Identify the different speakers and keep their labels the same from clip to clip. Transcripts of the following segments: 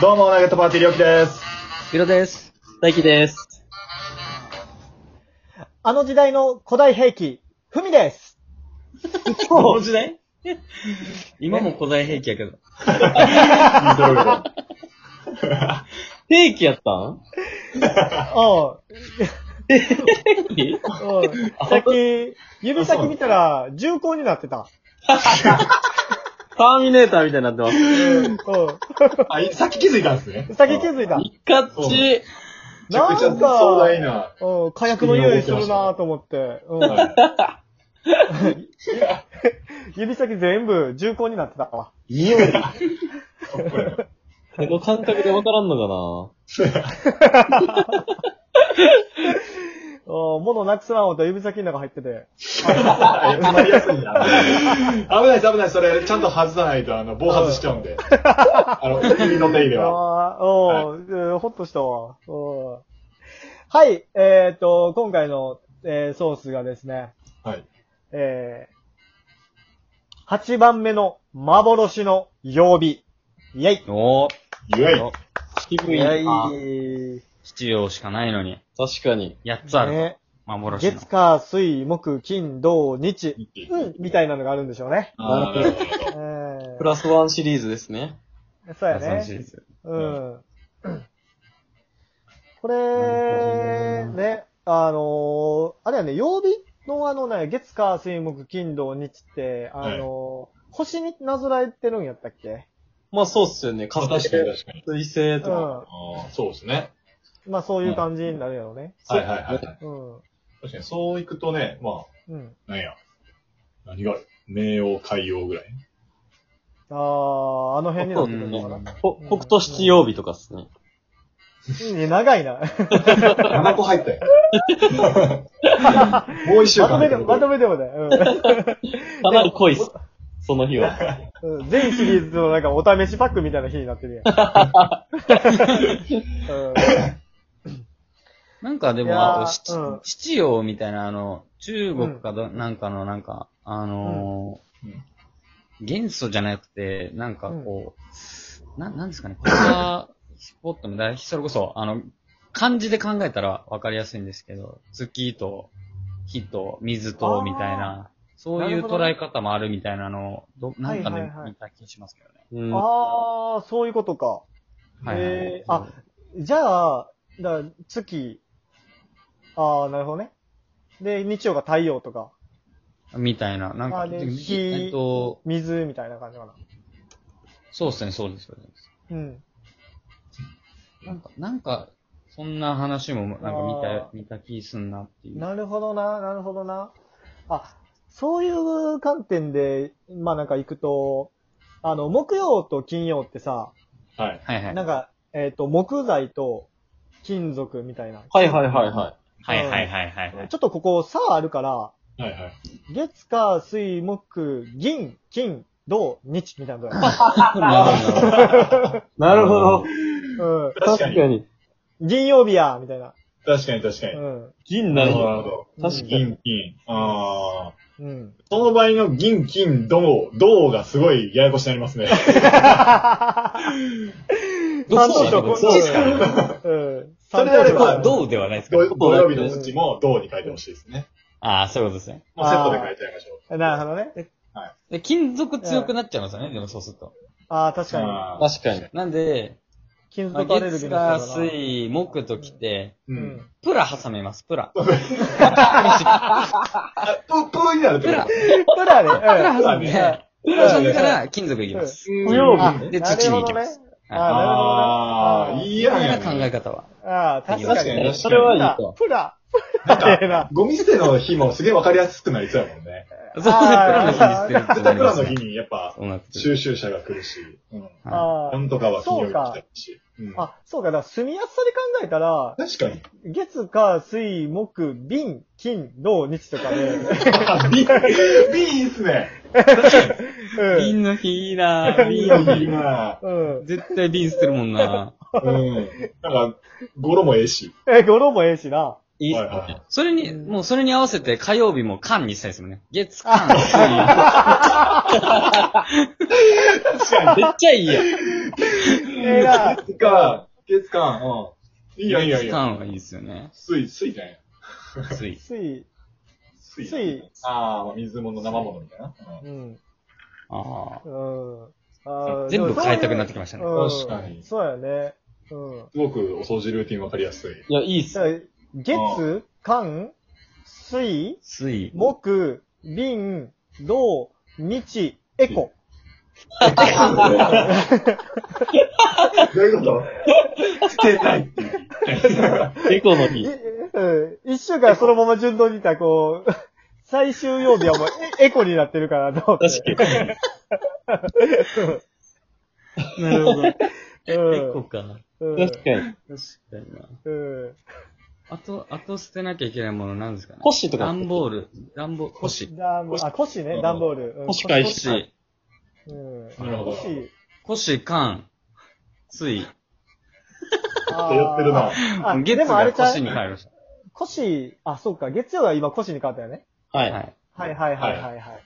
Speaker 1: どうも、ナゲットパーティーりょうき です。
Speaker 2: ゆろです。大輝です。
Speaker 3: あの時代の古代兵器、ふみです。
Speaker 2: この時代 今も古代兵器やけど。
Speaker 1: どういうこ
Speaker 2: 兵器やったん
Speaker 3: おうおうさっき、指先見たら、重厚になってた。
Speaker 2: ターミネーターみたいになってます。
Speaker 3: う
Speaker 1: とあ、いさっき気づいたんですね
Speaker 3: ん。。さっき気づいた。
Speaker 2: いかっち。
Speaker 1: めちゃくちゃ
Speaker 3: なんか
Speaker 1: 壮大な。
Speaker 3: うん、火薬の匂いするなぁと思って。うん
Speaker 1: は
Speaker 3: 指先全部重厚になってたわ。
Speaker 1: いいいよだ。かっこいいな
Speaker 2: この感覚でわからんの
Speaker 3: うん物なくすなぁ思ったら指先の中入ってて。
Speaker 1: あ詰まりやすいな。危ないです、危ないです。それ、ちゃんと外さないと、あの、暴発しちゃうんで。あの、指の手入れは。
Speaker 3: ああ、おううんほっとしたわ。うんはい、えっと、今回のえーソースがですね、
Speaker 1: はい。
Speaker 3: えー、8番目の幻の曜日。イェイ
Speaker 2: かなおぉ。
Speaker 1: ゆえい。は
Speaker 2: 渋いな。
Speaker 3: イ
Speaker 4: 必要しかないのに、
Speaker 2: 確かに。
Speaker 4: 8つある。
Speaker 3: ね、
Speaker 4: 幻の
Speaker 3: 月、。火、水、木、金、土、日、うん、みたいなのがあるんでしょうね。
Speaker 1: あーなるほ
Speaker 3: え
Speaker 1: ど
Speaker 3: ー
Speaker 2: プ ラスワンシリーズですね。
Speaker 3: そうや
Speaker 4: 楽しい
Speaker 3: ね
Speaker 4: で。す。
Speaker 3: うん。これ、ね、あのーあれやね、曜日のあのね、月火水木金土日って、あのー星になぞらえてるんやったっけ
Speaker 2: まあそうっすよね。
Speaker 1: まあ
Speaker 2: 確
Speaker 1: 確かに確かに。
Speaker 2: 水星
Speaker 3: う
Speaker 2: とか。
Speaker 3: ん。
Speaker 1: あーそうですね。
Speaker 3: まあそういう感じになるやろうね。
Speaker 1: はいはいはいはい。
Speaker 3: うん。
Speaker 1: 確かに、そういくとね、ま
Speaker 3: うん。
Speaker 1: あ、なんや。何がある冥王、海王ぐらい。
Speaker 3: ああ、あの辺になってくるのかな。う
Speaker 2: ほ北斗七曜日とかっすね。
Speaker 3: ん、長いな。
Speaker 1: 7個入った よ。もう一週間入
Speaker 3: まとめ
Speaker 1: ってくる。
Speaker 3: でも、まとめでもね。
Speaker 2: かなり濃いっす。その日は。
Speaker 3: うんうん。全シリーズのなんかお試しパックみたいな日になってるやん。うん
Speaker 4: なんかで
Speaker 3: いや
Speaker 4: も、
Speaker 3: ー
Speaker 4: あと七、
Speaker 3: うん
Speaker 4: 七曜みたいな、あの、中国かど、なんかの、なんか、あのー
Speaker 1: うん
Speaker 4: 元素じゃなくて、なんかこう、なん、なんですかね、これが、スポットの代表、それこそ、あの、漢字で考えたらわかりやすいんですけど、月と、火と、水と、みたいな、そうい
Speaker 3: な
Speaker 4: う
Speaker 3: るほど
Speaker 4: 捉
Speaker 3: ね
Speaker 4: え方もあるみたいなのを、どなんか
Speaker 3: は
Speaker 4: で
Speaker 3: いはいはい
Speaker 4: 見た気しますけどね。
Speaker 2: うん。
Speaker 3: ああ、そういうことか。
Speaker 4: はいはいはい
Speaker 3: えー、あ、じゃあ、だ月、ああ、なるほどね。で、日曜が太陽とか、
Speaker 4: みたいな、なん
Speaker 3: あ
Speaker 4: か、
Speaker 3: れ
Speaker 4: で
Speaker 3: 火
Speaker 4: えっと、
Speaker 3: 水みたいな感じかな。
Speaker 4: そうですね、そうです、そうで
Speaker 3: うん。
Speaker 4: す。なんか、なんか、そんな話も、なんか
Speaker 3: あー
Speaker 4: 見た、見た気すんなっていう。
Speaker 3: なるほどな、なるほどな。あ、そういう観点で、まあなんか行くと、あの、木曜と金曜ってさ、
Speaker 1: はい。
Speaker 4: はいはい。
Speaker 3: なんか、えっ、と、木材と金属みたいな。
Speaker 2: はいはいはいは
Speaker 4: はいはいはいはいはい。
Speaker 3: ちょっとここ、さああるから、
Speaker 1: はいはい。
Speaker 3: 月、火、水、木、銀、金、土、日みたいなのや。
Speaker 2: い。なるほど。
Speaker 3: う
Speaker 1: 確かに。
Speaker 2: に。
Speaker 3: ん。銀曜日や、みたいな。
Speaker 1: 確かに確か
Speaker 3: う
Speaker 1: に。
Speaker 3: ん。
Speaker 2: 銀
Speaker 1: な
Speaker 2: な
Speaker 1: る
Speaker 2: る
Speaker 1: ほど、なる
Speaker 2: ほ
Speaker 1: ほど。
Speaker 2: ど。確かに。
Speaker 1: 銀、金。ああ。
Speaker 3: うん。
Speaker 1: その場合の銀、金、銅、銅がすごいややこしになります ね。
Speaker 2: どっち
Speaker 3: 三等賞こ
Speaker 2: どっち
Speaker 3: うん。
Speaker 1: それであれば
Speaker 3: どう
Speaker 4: どうではないですか
Speaker 1: 土土曜日の土も銅に変えてほしいですね。
Speaker 4: ああ、そういうことですね。
Speaker 1: もうセットで変えちゃいましょう。
Speaker 3: なるほどね。
Speaker 4: で、金属強くなっちゃいますよね、でもそうすると。
Speaker 3: ああ、確かに。
Speaker 1: あー
Speaker 2: 確かに。
Speaker 4: なんで、
Speaker 3: 金
Speaker 4: まあ
Speaker 3: 属アレルギ
Speaker 4: 月
Speaker 3: ーの人
Speaker 4: 火
Speaker 3: だから
Speaker 4: 水、木と来て、
Speaker 1: う。
Speaker 3: うんん。
Speaker 4: プラ挟めます、プラ。
Speaker 1: あ、ププーになるってこと
Speaker 3: それは ね、
Speaker 4: プラ
Speaker 3: うん。
Speaker 4: 挟んで、プラ挟んでから金属いきます。
Speaker 2: 不曜
Speaker 3: あ
Speaker 2: 日ね。
Speaker 4: で、土に行きま
Speaker 3: なる
Speaker 4: す
Speaker 3: ほ。どね。
Speaker 4: はい
Speaker 1: あ
Speaker 3: なるほど
Speaker 1: あ、
Speaker 3: ね
Speaker 1: いい
Speaker 4: み
Speaker 1: やん
Speaker 4: た
Speaker 1: や
Speaker 4: いな考え
Speaker 1: ね。
Speaker 4: 方は。
Speaker 3: ああ、確か
Speaker 1: 確
Speaker 3: に
Speaker 1: か。に
Speaker 2: それはいいと。
Speaker 3: プラ、
Speaker 1: な
Speaker 3: プ
Speaker 1: ん
Speaker 3: ラや
Speaker 1: か、
Speaker 3: な。
Speaker 1: ゴミ捨ての日もすげえわかりやすくなりそうやもん ね。
Speaker 4: そうですね、プラの日に捨てる
Speaker 1: 絶
Speaker 4: って
Speaker 1: 対プラ
Speaker 4: なりま
Speaker 1: の
Speaker 4: す
Speaker 1: 日
Speaker 4: ね。
Speaker 1: にやっぱ、
Speaker 4: 音楽
Speaker 1: 収集者が来るし、うん。
Speaker 4: は
Speaker 3: あ
Speaker 1: な
Speaker 3: あ
Speaker 1: んとかは金曜日に来たし。うん
Speaker 3: あ、そうか、だから住みやすさで考えたら、
Speaker 1: 確かに。
Speaker 3: 月、火、水、木、瓶、金、土、日とか で、
Speaker 1: あ、ビン、ビンいいっすね。
Speaker 4: い瓶の日いいなぁ。瓶の
Speaker 1: いい
Speaker 4: 日。
Speaker 1: な
Speaker 3: うん。うん。
Speaker 4: 絶対瓶捨てるもんな
Speaker 1: うん。なんか、語呂もええし。
Speaker 3: え、語呂もええしな。
Speaker 2: いいっす
Speaker 1: はいはい
Speaker 2: ね。
Speaker 4: それに、もうそれに合わせて火曜日も缶にしたいですもんね。月、缶、水。
Speaker 1: 確か
Speaker 2: めっちゃいいやん。
Speaker 1: に。
Speaker 3: ええな
Speaker 1: 月間、月間、うん。いいよいいよいい
Speaker 4: ス
Speaker 1: よ。
Speaker 4: タンはいいですよね。
Speaker 1: 水、水じゃんや。
Speaker 4: つい。
Speaker 3: 水、
Speaker 1: 水。
Speaker 3: 水。
Speaker 1: ああ、まあ水物、生物みたいな。うん
Speaker 3: うん。
Speaker 4: あ
Speaker 3: うん。あー
Speaker 4: 全部変えたくなってきましたね
Speaker 3: でもそう
Speaker 1: 確かに
Speaker 3: そうやね。うん。
Speaker 1: すごくお掃除ルーティンわかりやすい。
Speaker 2: いや、いいっす
Speaker 3: だ。から月、間、水
Speaker 4: あ。、つい。
Speaker 3: 木、瓶、土、日、エコ。
Speaker 1: どういうこと捨てないっていう。
Speaker 2: エコの
Speaker 3: い
Speaker 2: 日。
Speaker 3: うん一週間そのまま順当にいたら、こう、 最終曜日はもうえエコになってるからと思って。
Speaker 2: 確かに。
Speaker 4: なるほど。エ
Speaker 3: うん
Speaker 4: コか。
Speaker 3: うん
Speaker 2: 確かに。
Speaker 4: 確かにな。
Speaker 3: うん。
Speaker 4: あと、あと捨てなきゃいけないものなんですかね。
Speaker 2: コッシーとか
Speaker 4: 段ボール。段ボール、コッシー。
Speaker 3: 段ボール、あ、腰ね、段ボール。うん
Speaker 2: 腰回
Speaker 4: コッ
Speaker 2: 避
Speaker 4: シ
Speaker 3: う
Speaker 4: ー。
Speaker 3: ん。
Speaker 1: なるほど
Speaker 3: 腰。
Speaker 4: コッシー、缶。つい。
Speaker 3: あー
Speaker 1: やってるな。
Speaker 3: あ、
Speaker 4: 月
Speaker 3: でもあれ
Speaker 4: が
Speaker 3: ち
Speaker 4: コ
Speaker 3: ゃ
Speaker 4: ッ
Speaker 3: う
Speaker 4: シーに変えました。
Speaker 3: 腰、あ、そうか、月曜は今腰に変わったよね。
Speaker 2: はい。
Speaker 4: はい。
Speaker 3: はいはいはいはいは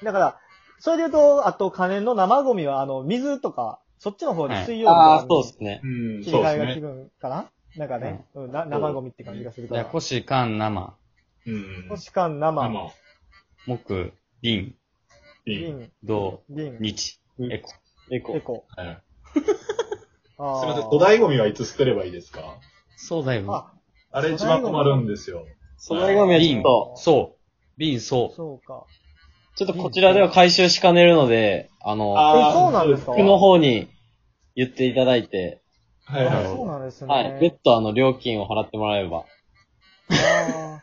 Speaker 3: い。だから、それで言うと、あと、可燃の生ゴミは、あの、水とか、そっちの方で水曜
Speaker 2: あ
Speaker 3: 日
Speaker 2: あ、
Speaker 3: は
Speaker 2: そうですね。
Speaker 1: うん、
Speaker 3: 切
Speaker 1: そ
Speaker 3: り
Speaker 1: うで
Speaker 3: 替
Speaker 1: す
Speaker 3: えが
Speaker 1: ね。
Speaker 3: 気分かななんかね、うんな、生ゴミって感じがするか
Speaker 4: じゃあ、
Speaker 3: ら。
Speaker 4: コッシー、缶、生。
Speaker 1: うん。
Speaker 3: 星間生、
Speaker 1: 生、
Speaker 4: 木、瓶、
Speaker 1: 瓶。
Speaker 3: 銀、
Speaker 4: 銅、
Speaker 3: 銀、
Speaker 4: 日、
Speaker 2: うん
Speaker 4: エコ。
Speaker 2: エコ
Speaker 3: エ。コ。
Speaker 1: はい
Speaker 3: す
Speaker 1: すいません、
Speaker 3: 土
Speaker 1: 粗大ゴミはいつ捨てればいいですか
Speaker 4: そうだよ。
Speaker 3: あ、
Speaker 1: あれ一番困るんですよ。
Speaker 2: そのゴミはちょ
Speaker 4: 瓶
Speaker 2: っと、、
Speaker 4: そう。瓶、そう。
Speaker 3: そうか。
Speaker 2: ちょっとこちらでは回収しかねるので、あの、
Speaker 1: あ
Speaker 3: え、
Speaker 1: ー
Speaker 3: そうなんですか
Speaker 2: 服の方に言っていただいて、
Speaker 1: はい
Speaker 3: あ
Speaker 1: は
Speaker 3: そう
Speaker 1: い。
Speaker 3: なんですね。
Speaker 2: はい。別途あの、料金を払ってもらえば。
Speaker 3: あ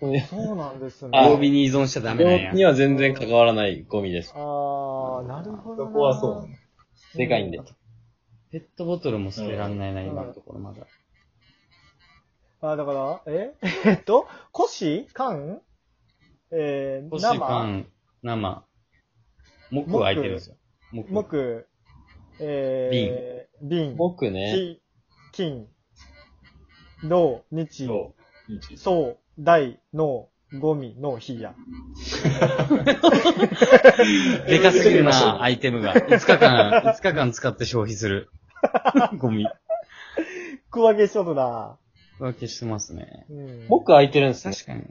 Speaker 2: そういう
Speaker 3: ーそうなんです ね。
Speaker 2: あ
Speaker 4: 曜日に依存しちゃダメな
Speaker 2: 料
Speaker 4: んや
Speaker 2: 金に。は全然関わらないゴミです。
Speaker 3: ああ、なるほ
Speaker 1: そ
Speaker 3: どな。
Speaker 1: こはそうなの。
Speaker 2: でかいんで。
Speaker 4: ペットボトルも捨てらんないな、
Speaker 3: うん
Speaker 4: 今のところまだ。
Speaker 3: あ、だから、え えっと、腰缶えー、
Speaker 4: コッシー、
Speaker 3: 生
Speaker 4: 缶、生。木は空いてるんですよ。木。
Speaker 3: 木、えー、瓶、
Speaker 2: 僕ね、
Speaker 3: 木、金、土、日、
Speaker 1: そう。日
Speaker 3: そう、大、の、ゴミ、の、火や。
Speaker 1: えー
Speaker 4: でかすぎる
Speaker 1: 捨ててみましょう
Speaker 4: な、アイテムが。5日間、5日間使って消費する。 ゴミ。
Speaker 3: 区分けしとるな。
Speaker 4: 分けしてますね。
Speaker 3: うん。
Speaker 2: 僕空いてるんですね。
Speaker 4: 確かに。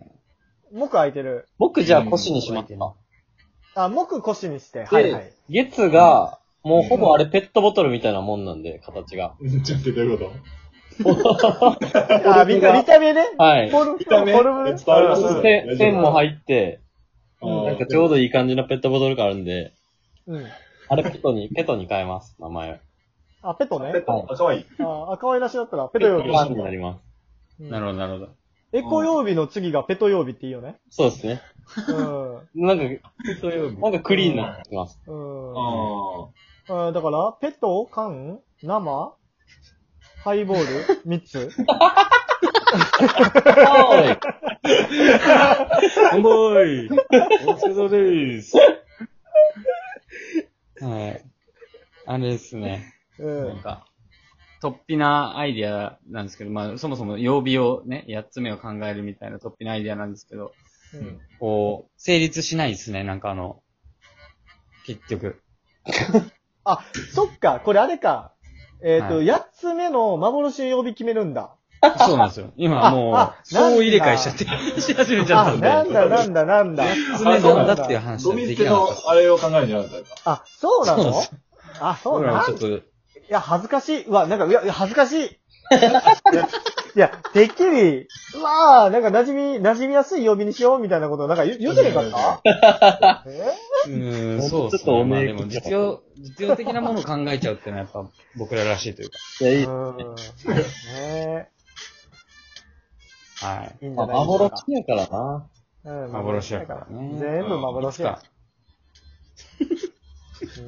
Speaker 3: 木空いてる。
Speaker 2: 僕じゃあ腰にしますか。
Speaker 3: あ、木腰にして。
Speaker 2: で
Speaker 3: はいはい。
Speaker 2: 月が、もうほぼあれペットボトルみたいなもんなんで、形が。
Speaker 1: うんちょっとどういうこ
Speaker 3: あ、みんな見た目ね。
Speaker 2: はい
Speaker 3: フ。ォルム、フ
Speaker 1: た目
Speaker 3: ォルムね。
Speaker 1: 伝わります
Speaker 3: うん
Speaker 2: で、線も入って、
Speaker 1: と
Speaker 2: なんかちょう
Speaker 1: ど。
Speaker 2: どいい感じのペットボトルがあるんで、
Speaker 3: うん。
Speaker 2: あれペットに、ペットに変えます、名前を。
Speaker 3: あ、ペト
Speaker 1: ペッ
Speaker 3: ね。
Speaker 1: ト、あ、かわいい。
Speaker 3: あ、可愛らしだったら、ペト曜日
Speaker 1: ペ。
Speaker 2: パンになります。
Speaker 4: なるほど、なるほど。
Speaker 3: エコ曜日の次がペト曜日っていいよね。
Speaker 2: そうですね。
Speaker 3: うん。う
Speaker 2: なんか、なんかクリーンになってます。
Speaker 3: ん。
Speaker 1: あ
Speaker 3: うん、だから、ペット、缶、生、ハイボール、三つ。
Speaker 2: おい
Speaker 4: おもいお疲れです。はい。あれですね。
Speaker 3: う
Speaker 4: なん
Speaker 3: ん。
Speaker 4: か、突飛なアイディアなんですけど、まあ、そもそも曜日をね、8つ目を考えるみたいな突飛なアイディアなんですけど、
Speaker 3: うん
Speaker 4: こう、成立しないですね、なんかあの、結局。
Speaker 3: あ、そっか、これあれか。えっ、と、
Speaker 4: はい
Speaker 3: 八つ目の幻の曜日決めるんだ。
Speaker 4: そうなんですよ。今も
Speaker 3: あ
Speaker 4: う、
Speaker 3: あなんだ
Speaker 4: そう入れ替えしちゃって、し始めちゃった
Speaker 3: あ、
Speaker 4: んで。
Speaker 3: なんだなんだなんだ。
Speaker 4: 8つ目なんだっていう話
Speaker 1: ゴ
Speaker 4: が
Speaker 1: ミ
Speaker 4: で
Speaker 1: 捨
Speaker 4: き
Speaker 1: て
Speaker 4: なか
Speaker 1: の
Speaker 4: ったです。
Speaker 1: あれを考えるんじゃなかったですか
Speaker 3: あ、そうなの
Speaker 4: そうなんです
Speaker 3: あ、そう
Speaker 4: 僕ら
Speaker 3: なの
Speaker 4: もちょっと、
Speaker 3: いや、恥ずかしい。うわ、なんか、いや、いや恥ずかしい。いやいや、てっきり、うわー、なんか馴染み、馴染みやすい曜日にしようみたいなこと、なんか言言うてねえかったえ
Speaker 4: うーん、
Speaker 2: もう
Speaker 4: そうです
Speaker 2: ちょっとお
Speaker 4: ね。まあ
Speaker 2: めえ
Speaker 4: でも実用、実用的なものを考えちゃうっていうのはやっぱ僕ららしいという
Speaker 2: いや、いい。
Speaker 3: うん。そうですね。
Speaker 4: か。はい。
Speaker 3: いいんじ
Speaker 2: ま
Speaker 3: ゃ
Speaker 2: あ
Speaker 3: ないです
Speaker 2: 幻
Speaker 3: か。
Speaker 2: やからな。
Speaker 3: うん
Speaker 4: 幻やからね。
Speaker 3: 全部幻や。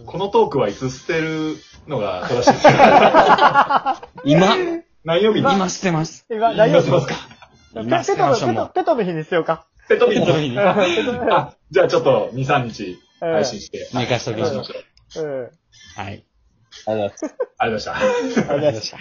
Speaker 1: このトークはいつ捨てるのが正しいですよ。
Speaker 4: 今、
Speaker 1: 何曜日に
Speaker 4: 今捨てます。
Speaker 3: 今、
Speaker 1: 何
Speaker 3: 大丈
Speaker 1: 曜日
Speaker 3: 夫
Speaker 1: ですか
Speaker 3: ペ
Speaker 4: 今捨
Speaker 3: ペ
Speaker 4: てまし
Speaker 3: ト
Speaker 4: ょう、
Speaker 3: ペ
Speaker 4: も
Speaker 3: ト、
Speaker 4: う。
Speaker 3: ペトの日に捨てようか。
Speaker 1: ペットビ
Speaker 4: ペ
Speaker 1: ン
Speaker 4: ットビン
Speaker 1: あ、じゃあちょっと2、3日配信して。
Speaker 4: 寝かしときましょう。
Speaker 1: ありがとう
Speaker 3: うん。
Speaker 4: はい。
Speaker 2: ありがとうございます。
Speaker 1: ございました。
Speaker 4: ありがとうございました。